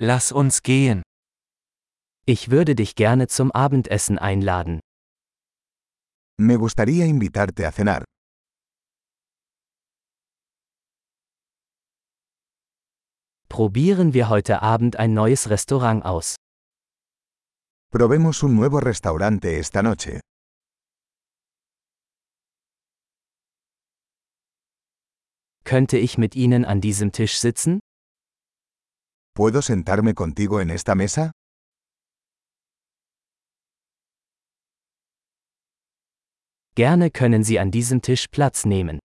Lass uns gehen. Ich würde dich gerne zum Abendessen einladen. Me gustaría invitarte a cenar. Probieren wir heute Abend ein neues Restaurant aus. Probemos un nuevo restaurante esta noche. Könnte ich mit Ihnen an diesem Tisch sitzen? ¿Puedo sentarme contigo en esta mesa? Gerne können Sie an diesem Tisch Platz nehmen.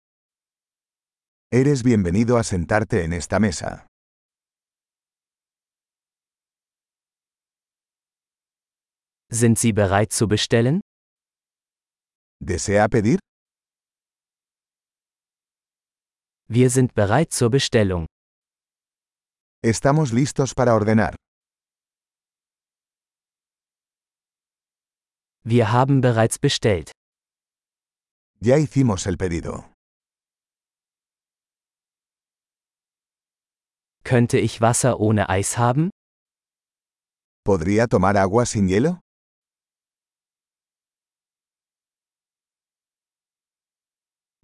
Eres bienvenido a sentarte en esta mesa. Sind Sie bereit zu bestellen? ¿Desea pedir? Wir sind bereit zur Bestellung. Estamos listos para ordenar. Wir haben bereits bestellt. Ya hicimos el pedido. Könnte ich Wasser ohne Eis haben? ¿Podría tomar agua sin hielo?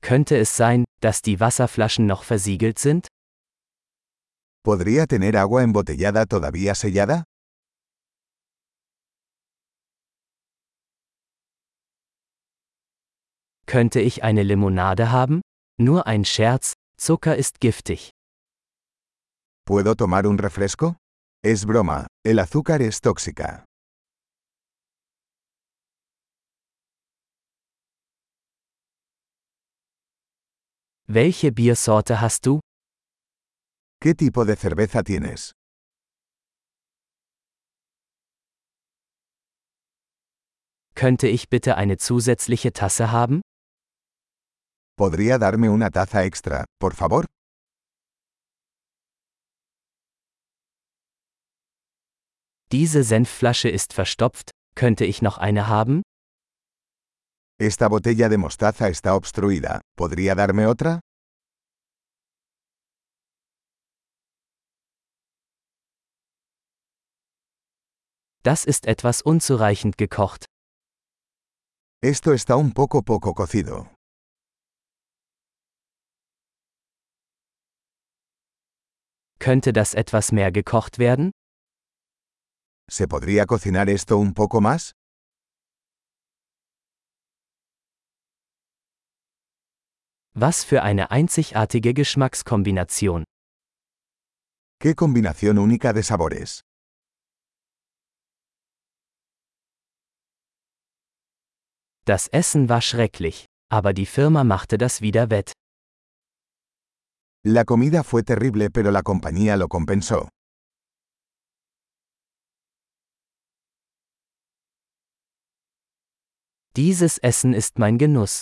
Könnte es sein, dass die Wasserflaschen noch versiegelt sind? ¿Podría tener agua embotellada todavía sellada? Könnte ich eine Limonade haben? Nur ein Scherz, Zucker ist giftig. ¿Puedo tomar un refresco? Es broma, el azúcar es tóxica. Welche Biersorte hast du? ¿Qué tipo de cerveza tienes? Könnte ich bitte eine zusätzliche Tasse haben? ¿Podría darme una taza extra, por favor? Diese Senfflasche ist verstopft, könnte ich noch eine haben? Esta botella de mostaza está obstruida. ¿Podría darme otra? Das ist etwas unzureichend gekocht. Esto está un poco poco cocido. Könnte das etwas mehr gekocht werden? ¿Se podría cocinar esto un poco más? Was für eine einzigartige Geschmackskombination. ¡Qué combinación única de sabores! Das Essen war schrecklich, aber die Firma machte das wieder wett. La comida fue terrible pero la compañía lo compensó. Dieses Essen ist mein Genuss.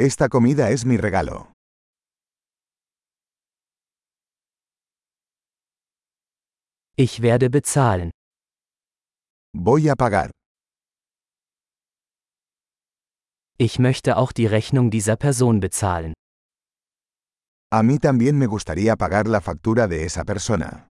Esta comida es mi regalo. Ich werde bezahlen. Voy a pagar. Ich möchte auch die Rechnung dieser Person bezahlen. A mí también me gustaría pagar la factura de esa persona.